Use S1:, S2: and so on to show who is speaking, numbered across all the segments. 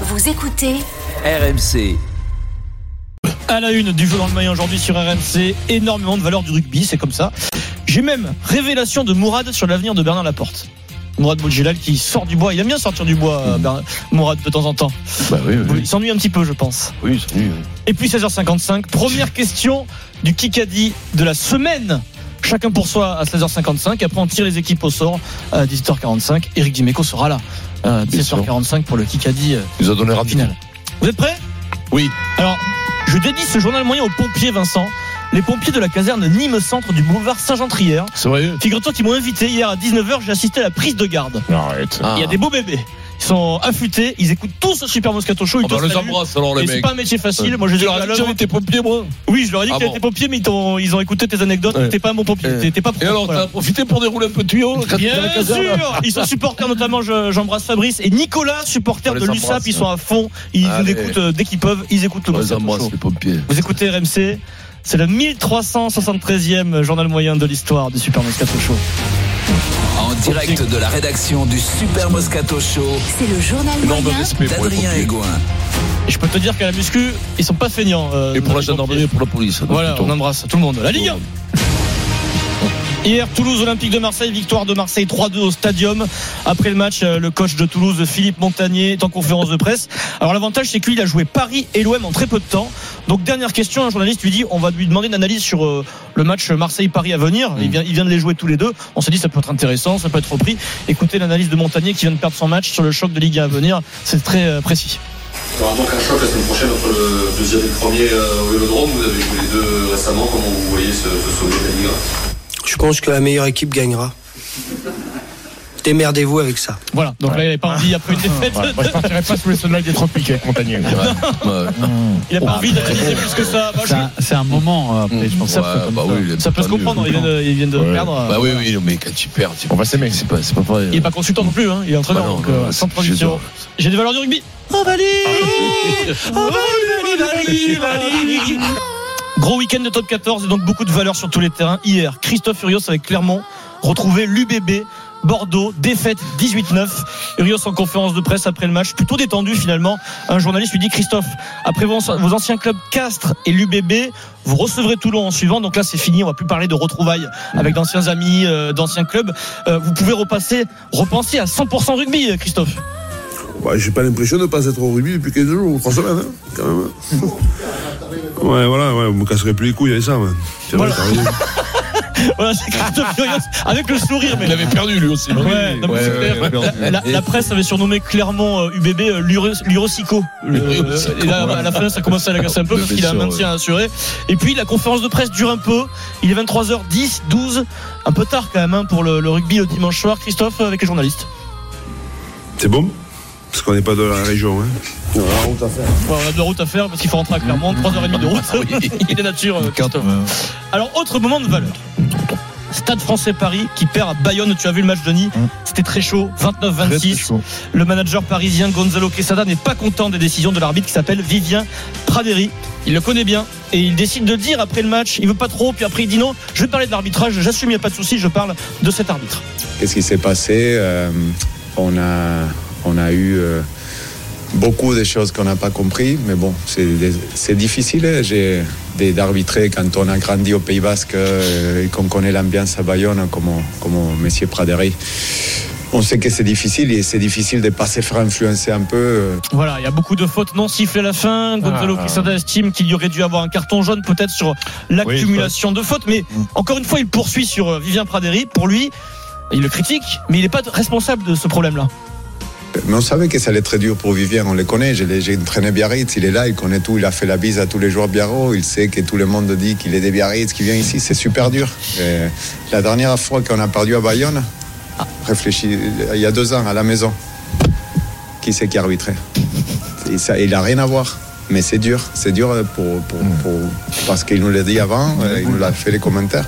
S1: Vous écoutez
S2: RMC.
S3: À la une du jeu dans le maillot aujourd'hui sur RMC, énormément de valeur du rugby, c'est comme ça. J'ai même révélation de Mourad sur l'avenir de Bernard Laporte. Mourad Boudjelal qui sort du bois, il aime bien sortir du bois, euh, Bernard- Mourad, de temps en temps.
S4: Bah oui, Mmh. oui,
S3: Il s'ennuie un petit peu, je pense.
S4: oui, c'est mieux.
S3: Et puis 16h55, première question du Kikadi de la semaine. Chacun pour soi à 16h55. Après, on tire les équipes au sort à 17h45. Eric Dimeco sera là. Euh,
S4: Bien sûr.
S3: 17h45 pour le Kikadi euh,
S4: Il nous a donné rapidement.
S3: final. Vous êtes prêts
S4: Oui.
S3: Alors, je dédie ce journal moyen aux pompiers, Vincent. Les pompiers de la caserne Nîmes Centre du boulevard Saint-Jean-Trière.
S4: C'est vrai
S3: Figure-toi qu'ils m'ont invité hier à 19h, j'ai assisté à la prise de garde.
S5: Arrête.
S4: Ah.
S3: Il y a des beaux bébés. Ils sont affûtés, ils écoutent tous ce Super Moscato Show. Ils
S4: Ah bah,
S3: te
S4: on les
S3: saluent.
S4: embrasse alors les
S3: Et c'est
S4: mecs.
S3: pas un métier facile. Moi, je
S4: Tu leur as dit que j'avais été pompier, moi
S3: Oui, je leur ai dit
S4: Ah
S3: que t'étais
S4: bon.
S3: pompier, mais ils t'ont- ils ont écouté tes anecdotes.
S4: Ouais.
S3: T'es pas un bon pompier.
S4: Ouais.
S3: T'es t'es pas
S4: Et
S3: propre,
S4: alors,
S3: voilà.
S4: t'as profité pour dérouler un peu de tuyau quand t'étais à la
S3: Bien
S4: caserne
S3: sûr Ils sont supporters notamment, je- j'embrasse Fabrice et Nicolas, supporters
S4: On les
S3: de l'USAP,
S4: embrasse,
S3: ils sont à fond, ils
S4: Allez.
S3: écoutent euh, dès qu'ils peuvent, ils écoutent le
S4: On les
S3: Moscato
S4: embrasse,
S3: Show.
S4: les pompiers.
S3: Vous écoutez RMC, c'est le 1373e journal moyen de l'histoire du Super Moscato Show.
S2: En direct de la rédaction du Super Moscato Show
S1: C'est le journal
S4: Énorme
S1: moyen
S4: respect pour les
S2: d'Adrien
S4: pompiers.
S2: Egoin.
S3: Et je peux te dire qu'à la muscu, ils sont pas feignants. euh,
S4: Et pour la
S3: les pompiers.
S4: gendarmerie et pour la police. hein, donc,
S3: Voilà,
S4: plutôt.
S3: on embrasse tout le monde. La Ligue 1. Hier, Toulouse Olympique de Marseille, victoire de Marseille 3-2 au stadium. Après le match, euh, le coach de Toulouse, Philippe Montagnier, est en conférence de presse. Alors l'avantage, c'est que lui, il a joué Paris et l'OM en très peu de temps. Donc dernière question, un journaliste lui dit, on va lui demander une analyse sur euh, le match Marseille-Paris à venir. Il, vient, il vient de les jouer tous les deux. On s'est dit, ça peut être intéressant, ça peut être repris. Écoutez l'analyse de Montagnier qui vient de perdre son match sur le choc de Ligue 1 à venir. C'est très euh, précis.
S6: Il y aura donc un choc la semaine prochaine entre le deuxième et le premier euh, au Vélodrome. Vous avez joué les deux récemment. Comment vous voyez ce, ce sommet de la Ligue 1?
S7: Je pense que la meilleure équipe gagnera. Démerdez-vous avec ça.
S3: Voilà, donc là, il n'avait pas envie après une défaite.
S5: Ouais, moi, Ah, je partirais pas sous les soldats des tropiques avec Montagnier.
S4: Ouais.
S3: Il n'a pas envie d'analyser plus que ça. Bah, je-
S8: C'est un moment euh, après, je pense.
S4: Ouais, bah oui, il est
S3: Ça peut se
S4: pas nul.
S3: comprendre, ils viennent de, ils viennent de
S5: Ouais.
S3: perdre. euh,
S4: Bah oui, oui, mais quand tu perds, tu
S5: hein. On va s'aimer.
S4: C'est pas, c'est pas pareil.
S3: Il n'est pas consultant non plus, hein. il est
S4: Bah
S3: entraîneur,
S4: non,
S3: donc
S4: non,
S3: euh,
S4: c'est-
S3: sans transition. J'ai des valeurs du rugby.
S4: Ah,
S3: Gros week-end de top 14 et donc beaucoup de valeurs sur tous les terrains. Hier, Christophe Urios avec Clermont retrouvait l'UBB. Bordeaux, défaite 18-9. Urios en conférence de presse après le match, plutôt détendu finalement. Un journaliste lui dit Christophe, après vos, vos anciens clubs Castres et l'UBB, vous recevrez Toulon en suivant. Donc là, c'est fini, on va plus parler de retrouvailles avec d'anciens amis, euh, d'anciens clubs. Euh, vous pouvez repasser, repenser à 100% rugby, euh, Christophe.
S9: Ouais, j'ai pas l'impression de ne pas être au rugby depuis 15 jours ou 3 semaines, hein, quand même. hein. Ouais, voilà, ouais, vous me casserez plus les couilles avec ça, ouais. C'est vrai, t'as raison.
S3: Voilà, c'est Christophe Urios avec le sourire, mais.
S4: Il avait perdu lui aussi.
S3: Ouais, non, mais c'est clair. La, la- la presse avait surnommé clairement euh, UBB euh, l'Uro- l'Urosico. Le-
S4: L'Urosico,
S3: Et là, à la fin, ça commence à l'agacer un peu
S4: Le
S3: parce qu'il a un
S4: blessure,
S3: maintien assuré. Et puis, la conférence de presse dure un peu. Il est 23h10, 12. Un peu tard quand même hein, pour le, le rugby le dimanche soir. Christophe euh, avec les journalistes.
S9: C'est bon Parce qu'on n'est pas de la région, hein.
S3: Bon, on a de la route à faire parce qu'il faut rentrer à Clermont. 3h30 de route. Il est nature, euh, Christophe. Alors, autre moment de valeur. Stade français Paris qui perd à Bayonne. Tu as vu le match, Denis C'était très chaud, 29-26. Le manager parisien Gonzalo Quesada n'est pas content des décisions de l'arbitre qui s'appelle Vivien Praderi. Il le connaît bien et il décide de le dire après le match. Il veut pas trop, puis après il dit non. Je vais parler de l'arbitrage, j'assume, il n'y a pas de souci, je parle de cet arbitre.
S10: Qu'est-ce qui s'est passé Euh, on, a, on a eu euh, beaucoup de choses qu'on n'a pas compris, mais bon, c'est c'est difficile hein, j'ai- de- d'arbitrer quand on a grandi au Pays Basque euh, et qu'on connaît l'ambiance à Bayonne, hein, comme, comme M. Praderi. On sait que c'est difficile et c'est difficile de pas se faire influencer un peu. euh,
S3: Voilà, il y a beaucoup de fautes non sifflées à la fin. Gonzalo
S5: Ah.
S3: Quesada estime qu'il y aurait dû avoir un carton jaune peut-être sur l'accumulation de fautes. Mais encore une fois, il poursuit sur euh, Vivien Praderi. Pour lui, il le critique, mais il n'est pas responsable de ce problème-là.
S10: Mais on savait que ça allait être très dur pour Vivien, on le connaît. Je l'ai- J'ai entraîné Biarritz, il est là, il connaît tout, il a fait la bise à tous les joueurs Biarro, il sait que tout le monde dit qu'il est des Biarritz, qu'il vient ici, c'est super dur. Et la dernière fois qu'on a perdu à Bayonne, réfléchis, il y a deux ans, à la maison, qui c'est qui arbitrait Et ça, Il n'a rien à voir. Mais c'est dur, c'est dur pour, pour-
S8: Mm.
S10: pour- parce qu'il nous l'a dit avant, euh, il nous l'a fait les commentaires.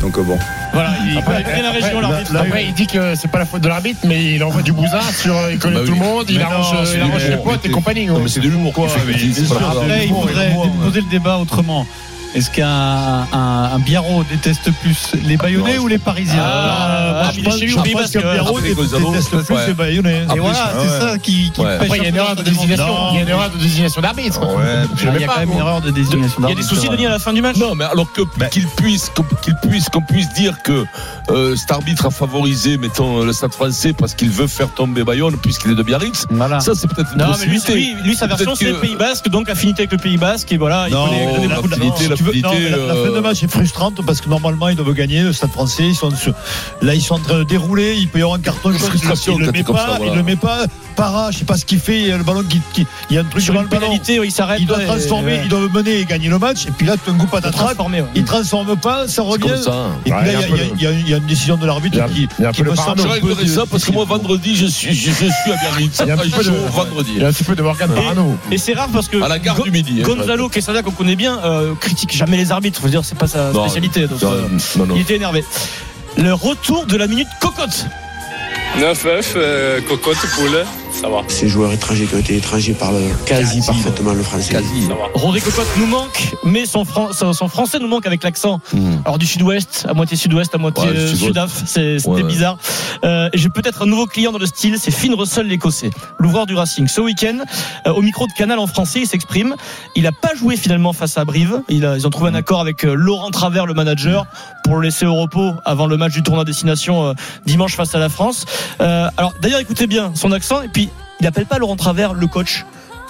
S10: Donc euh, bon,
S3: Voilà, il connaît bien la région, l'arbitre.
S5: Après, il dit que c'est pas la faute de l'arbitre, mais il envoie du bousin sur. Il connaît
S4: Bah oui.
S5: tout le monde, il
S4: Mais
S5: arrange,
S4: non, c'est
S5: il arrange
S4: l'humour.
S5: les potes et compagnie.
S4: Non,
S5: ouais.
S4: mais c'est de l'humour quoi.
S5: Effectivement,
S4: mais c'est
S5: c'est
S4: pas
S5: sûr.
S4: grave.
S8: Après, il faudrait poser le débat autrement. Est-ce qu'un un, un Biarro déteste plus les Bayonnais
S4: non,
S8: ou les Parisiens euh,
S3: Ah,
S5: Ah,
S3: il est chez lui, oublie
S5: parce que
S3: Basque.
S5: Pierrot
S4: Après,
S5: dé-
S4: les Gonzalo,
S5: déteste Ah, plus
S4: ouais.
S5: les Bayonnais.
S8: Et voilà,
S4: ouais.
S8: c'est ça qui, qui
S4: Ouais.
S8: pêche
S5: Après, il y a une
S8: un peu
S5: erreur
S8: dans
S5: de
S8: la
S5: désignation.
S8: démonstration.
S5: Il y a une erreur de désignation d'arbitre.
S4: Ouais,
S5: Je
S8: Il y
S5: l'aimais
S8: a
S5: pas,
S8: quand même
S5: moi.
S8: une erreur de désignation.
S3: Il y a des soucis, Denis, à la fin du match
S4: Non, mais alors que qu'il puisse qu'on- qu'il puisse qu'on puisse dire que euh, cet arbitre a favorisé mettons le Stade Français parce qu'il veut faire tomber Bayonne puisqu'il est de Biarritz.
S8: Voilà.
S4: Ça c'est peut-être une
S3: Non, mais lui,
S4: possibilité.
S3: lui, lui, sa version,
S4: Peut-être
S3: c'est
S4: que-
S3: Pays Basque, donc affinité avec le Pays Basque, et voilà. il
S4: Non,
S3: connaît- il connaît
S4: la
S3: beaucoup de-
S4: fidélité, la
S8: Tu veux- non,
S4: fidélité,
S8: mais la, la fin de
S4: euh,
S8: match est frustrante parce que normalement ils doivent gagner. Le Stade Français, ils sont sur- là, ils sont en train de dérouler. Il peut y avoir un carton jaune.
S4: frustration
S8: Il le
S4: quand t'es
S8: met
S4: comme ça,
S8: pas.
S4: voilà.
S8: Il le met pas. Para, je sais pas ce qu'il fait. Il y a le ballon qui, qui- il y a un truc
S3: Sur
S8: dans
S3: une
S8: le ballon.
S3: pénalité, ouais, il s'arrête.
S8: Il doit
S3: ouais,
S8: transformer.
S3: ouais.
S8: Il doit mener et gagner le match. Et puis là, tout un coup pas
S3: Il doit
S8: d'attrape.
S3: transformer, ouais.
S8: Il transforme pas. Ça
S4: c'est
S8: revient.
S4: comme ça. hein.
S8: Et puis
S5: Ouais,
S8: là, il
S5: il y
S8: y a-
S5: a un peu
S8: il y, a- il y a une décision de l'arbitre
S5: il y a-
S8: qui,
S5: il y a un
S8: qui
S5: peu le
S8: me semble
S5: paradoxe.
S4: Je
S8: un peu
S4: réglerai
S8: de-
S4: ça parce que moi vendredi je suis je, je suis à Biarritz.
S5: Il y a un petit peu
S4: Je
S5: de-
S4: joue vendredi.
S5: Il y a un petit peu de workout parano.
S3: Et c'est rare parce que.
S4: À la gare
S3: Go-
S4: du Midi, hein,
S3: Gonzalo Quesada, qu'on connaît bien, euh, critique jamais les arbitres. Faut dire, c'est pas sa
S4: Non,
S3: spécialité. donc,
S4: Non,
S3: euh,
S4: non, non.
S3: Il était énervé. Le retour de la minute cocotte.
S1: 9 œufs, euh, cocotte, poule, ça va.
S7: Ces joueurs étrangers qui ont été étrangers parlent quasi, parfaitement le français.
S3: Rodé Cocotte nous manque, mais son, fran- son- son français nous manque avec l'accent. Alors du sud-ouest, à moitié sud-ouest, à moitié
S4: Hmm. Ouais, le
S3: euh,
S4: sud-ouest.
S3: sud-af, c'est- c'était
S4: Ouais, ouais.
S3: bizarre. Euh, et J'ai peut-être un nouveau client dans le style, c'est Finn Russell, l'écossais, l'ouvreur du Racing. Ce week-end, euh, au micro de Canal en français, il s'exprime. Il n'a pas joué finalement face à Brive. Il a- ils ont trouvé
S4: Mm.
S3: un accord avec euh, Laurent Travers, le manager, pour le laisser au repos avant le match du tournoi destination euh, dimanche face à la France. Euh, alors d'ailleurs, écoutez bien son accent, et puis il n'appelle pas Laurent Travers le coach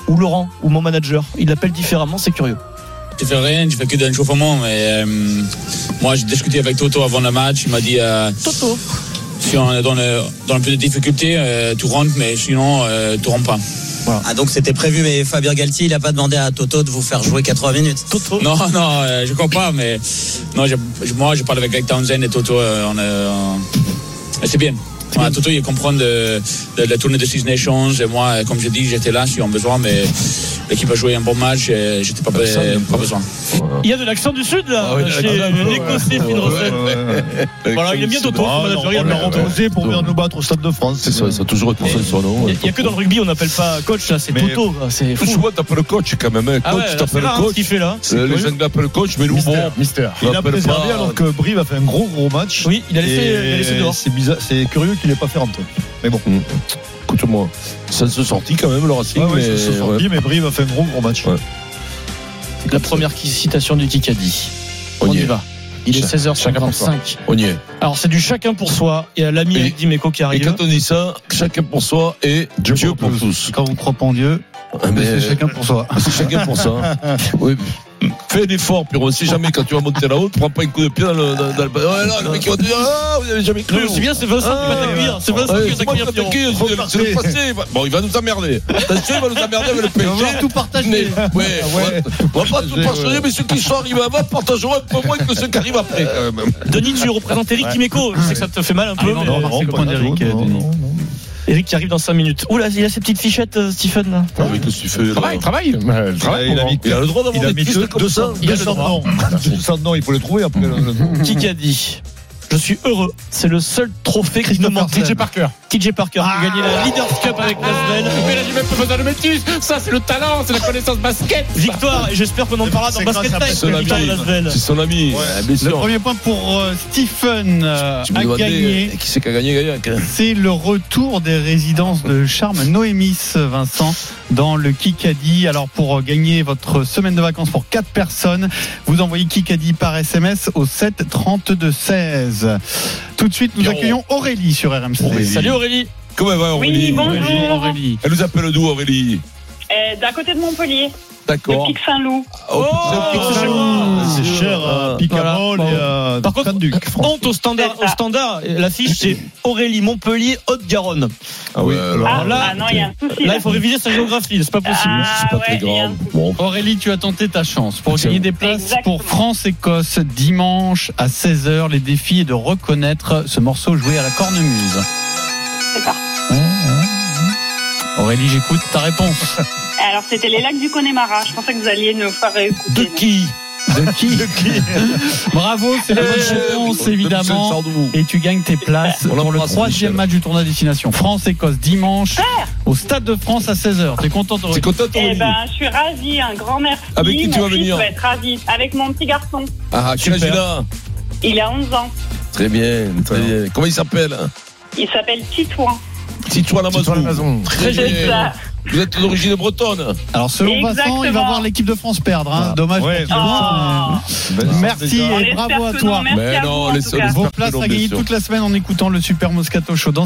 S3: ou Laurent ou mon manager. Il l'appelle différemment, c'est curieux.
S1: Je fais rien, je fais que de l'enchauffement. Mais euh, moi, j'ai discuté avec Toto avant le match. Il m'a dit euh,
S3: Toto.
S1: si on est dans le, dans le plus de difficultés, euh, tu rentres, mais sinon, euh, tu rentres pas.
S11: Ah donc c'était prévu, mais Fabien Galtier, il a pas demandé à Toto de vous faire jouer 80 minutes.
S3: Toto.
S1: Non, non, euh, je crois pas. Mais non, je- je- moi, je parle avec Greg Townsend et Toto. euh, on, euh, on- et c'est bien. Ouais, Toto, il comprend de, de la tournée de Six Nations. Et moi, euh, comme je dis, j'étais là si on a besoin, mais l'équipe a joué un bon match. et J'étais pas, pas besoin.
S3: Il y a de l'accent du sud là,
S4: Ah oui,
S3: chez
S4: l'accent du sud,
S3: l'écossais Finn Russell.
S4: Euh,
S3: Voilà, il aime bien Toto,
S8: Ah,
S3: son
S8: non,
S3: manager, il
S8: on
S3: aime
S8: l'a
S3: bien Toto.
S8: rencontré pour venir nous battre au Stade de France.
S4: C'est ça, ça a toujours été ça, son nom.
S3: Il n'y a que dans le rugby, on n'appelle pas coach là, c'est
S4: Mais-
S3: Toto, là, c'est
S4: Tu
S3: fou.
S4: vois, t'appelles le coach quand même. hein.
S3: Ah ouais,
S4: Coach,
S3: c'est
S4: t'appelles
S3: rare,
S4: le
S3: hein, ce
S4: coach.
S3: qu'il fait là.
S4: Euh, Les jeunes l'appellent le coach, mais nous, bon,
S5: Mister.
S8: Il a
S4: Rappelle
S8: préservé
S4: pas-
S8: alors que Brive a fait un gros gros match.
S3: Oui, il a laissé,
S8: Et
S3: il a laissé dehors.
S8: C'est bizarre, c'est curieux qu'il n'ait pas fait rentrer.
S4: Mm. écoute-moi, ça se sortit quand même le Racing.
S8: Ouais, ouais,
S4: mais-
S8: je suis
S4: ouais.
S8: sorti, mais Brive a fait un gros gros match.
S4: Ouais.
S3: La première qui- citation du Kikadi.
S4: On
S3: On
S4: y
S3: y
S4: est.
S3: va. Il est
S4: Chacun-
S3: 16h55.
S4: On y est.
S3: Alors c'est du chacun pour soi. Il y a l'ami
S4: Et-
S3: Eric Dimeco qui
S4: Et
S3: arrive.
S4: quand on dit ça, chacun pour soi et Dieu, pour, tous. Ah,
S8: Quand on croit pas en Dieu,
S4: Mais
S8: c'est chacun pour soi.
S4: c'est chacun pour ça. Oui. Fais un effort, Pierrot. Si jamais, quand tu vas monter là-haut, prends pas un coup de pied dans le. Dans, dans le... Ouais, là, le mec, il va te dire Ah, vous avez jamais
S3: Non,
S4: cru.
S3: mais c'est bien, c'est Vincent qui va
S4: Ah,
S3: t'accueillir. C'est Vincent
S4: Ouais,
S3: qui va
S4: c'est moi qui
S3: t'accueillir.
S4: vais
S3: Pierrot.
S4: t'attaquer, c'est le- c'est le passé. Il va- Bon, il va nous emmerder. Attention, il va nous emmerder avec le PSG.
S8: On va tout partager.
S4: Mais, ouais, on va- on va pas tout
S8: Ouais.
S4: partager, mais ceux qui sont arrivés avant partageront un peu moins que ceux qui arrivent après, quand même.
S3: Denis, tu représentes Eric Dimeco. Je sais que ça te fait mal un peu. mais-
S8: non, non, c'est le point d'Eric, euh, Denis.
S3: Eric qui arrive dans 5 minutes. Oula, il a ses petites fichettes, euh, Stephen. Là.
S4: Ah, mais qu'est-ce que tu fais là
S5: Travail, travail. Euh, le travail,
S8: Il a
S5: mon
S8: mis-
S5: grand.
S4: Il a le droit d'avoir
S8: Il a
S4: des
S8: mis
S4: pistes
S8: deux-
S4: comme ça.
S8: 200 200 noms. 200 noms, il faut le trouver après. le- le-
S3: Qui qui a dit Je suis heureux. C'est le seul trophée qui me
S8: Christopher
S3: manque.
S5: TJ Parker.
S3: TJ Parker qui a gagné la Leaders Cup avec
S5: Ah.
S3: Lasvel.
S5: Mais là, j'ai même pas besoin de métis. Ça, c'est le talent, c'est la connaissance basket.
S3: Victoire, et j'espère qu'on en parlera dans
S8: C'est grâce
S3: Basket
S8: à
S3: Time.
S4: C'est son
S3: la
S4: ami.
S3: Victoire de Lasvel.
S4: C'est son ami. Ah, bien
S8: Le
S4: sûr.
S8: premier point pour euh, Stephen euh,
S4: Tu me
S8: a
S4: demandais
S8: gagné.
S4: euh, qui c'est qui a gagné Gaillac hein
S8: C'est le retour des résidences de charme Noémis, Vincent, dans le Kikadi. Alors, pour gagner votre semaine de vacances pour 4 personnes, vous envoyez Kikadi par SMS au 7 32 16. Tout de suite, nous
S4: Pierrot.
S8: accueillons Aurélie sur RMC.
S4: Aurélie.
S3: Salut Aurélie.
S4: Comment elle va Aurélie
S8: Aurélie, Aurélie.
S4: Elle nous appelle d'où Aurélie
S11: Euh, D'à côté de Montpellier,
S4: D'accord.
S11: Saint-Loup.
S4: Oh, c'est un
S3: Oh,
S4: pic chez moi.
S8: C'est cher, euh, Picamole
S3: Voilà.
S8: et euh,
S3: Par contre,
S8: Duc, franchement.
S3: Honte au standard. Au standard, l'affiche c'est Aurélie Montpellier Haute-Garonne.
S4: Ah oui, alors,
S3: Alors là,
S11: non, il y a un souci.
S3: là, il faut réviser sa géographie, c'est pas possible.
S5: Ah,
S4: c'est
S10: Ah,
S4: pas très grave. Bon.
S8: Aurélie, tu as tenté ta chance pour
S4: Excellent.
S8: gagner des places
S11: Exactement.
S8: pour France-Écosse dimanche à 16h. Les défis est de reconnaître ce morceau joué à la cornemuse.
S11: C'est ça.
S3: Hein,
S8: Aurélie, j'écoute ta réponse.
S11: Alors, c'était les lacs du Connemara. Je pensais que vous alliez nous faire
S3: De
S11: écouter.
S3: qui De qui Bravo, c'est la bonne
S4: Eh,
S3: réponse, évidemment. Et tu gagnes tes places
S4: On
S3: pour le
S4: l'embrasse,
S3: troisième
S4: Michel.
S3: match du tournoi destination. France-Écosse dimanche au Stade de France à 16h. T'es content de
S4: T'es content,
S10: Eh
S4: Aurélie
S10: ben, je suis ravie, un grand merci.
S11: Eh,
S4: Avec qui tu
S10: Mon
S4: vas
S10: fils
S4: venir
S10: va être ravi. Avec mon petit garçon.
S4: Ah, quel âge il a
S10: Il a 11 ans.
S4: Très bien, très bien. Comment il s'appelle hein
S10: Il s'appelle Titouan.
S4: Titouan Lamazon. Très
S10: C'est
S4: bien.
S10: ça.
S4: Vous êtes d'origine bretonne
S3: Alors selon Vincent, il va
S10: Exactement.
S3: voir l'équipe de France perdre. hein. Dommage.
S4: Ah, Ouais,
S3: pour
S10: Oh.
S3: Vincent, mais- Merci
S10: On
S3: et
S10: espère
S3: bravo à
S10: que
S3: toi.
S10: non, merci à vous, en tout cas.
S3: Vos places à gagner toute la semaine en écoutant le Super Moscato Show. Dans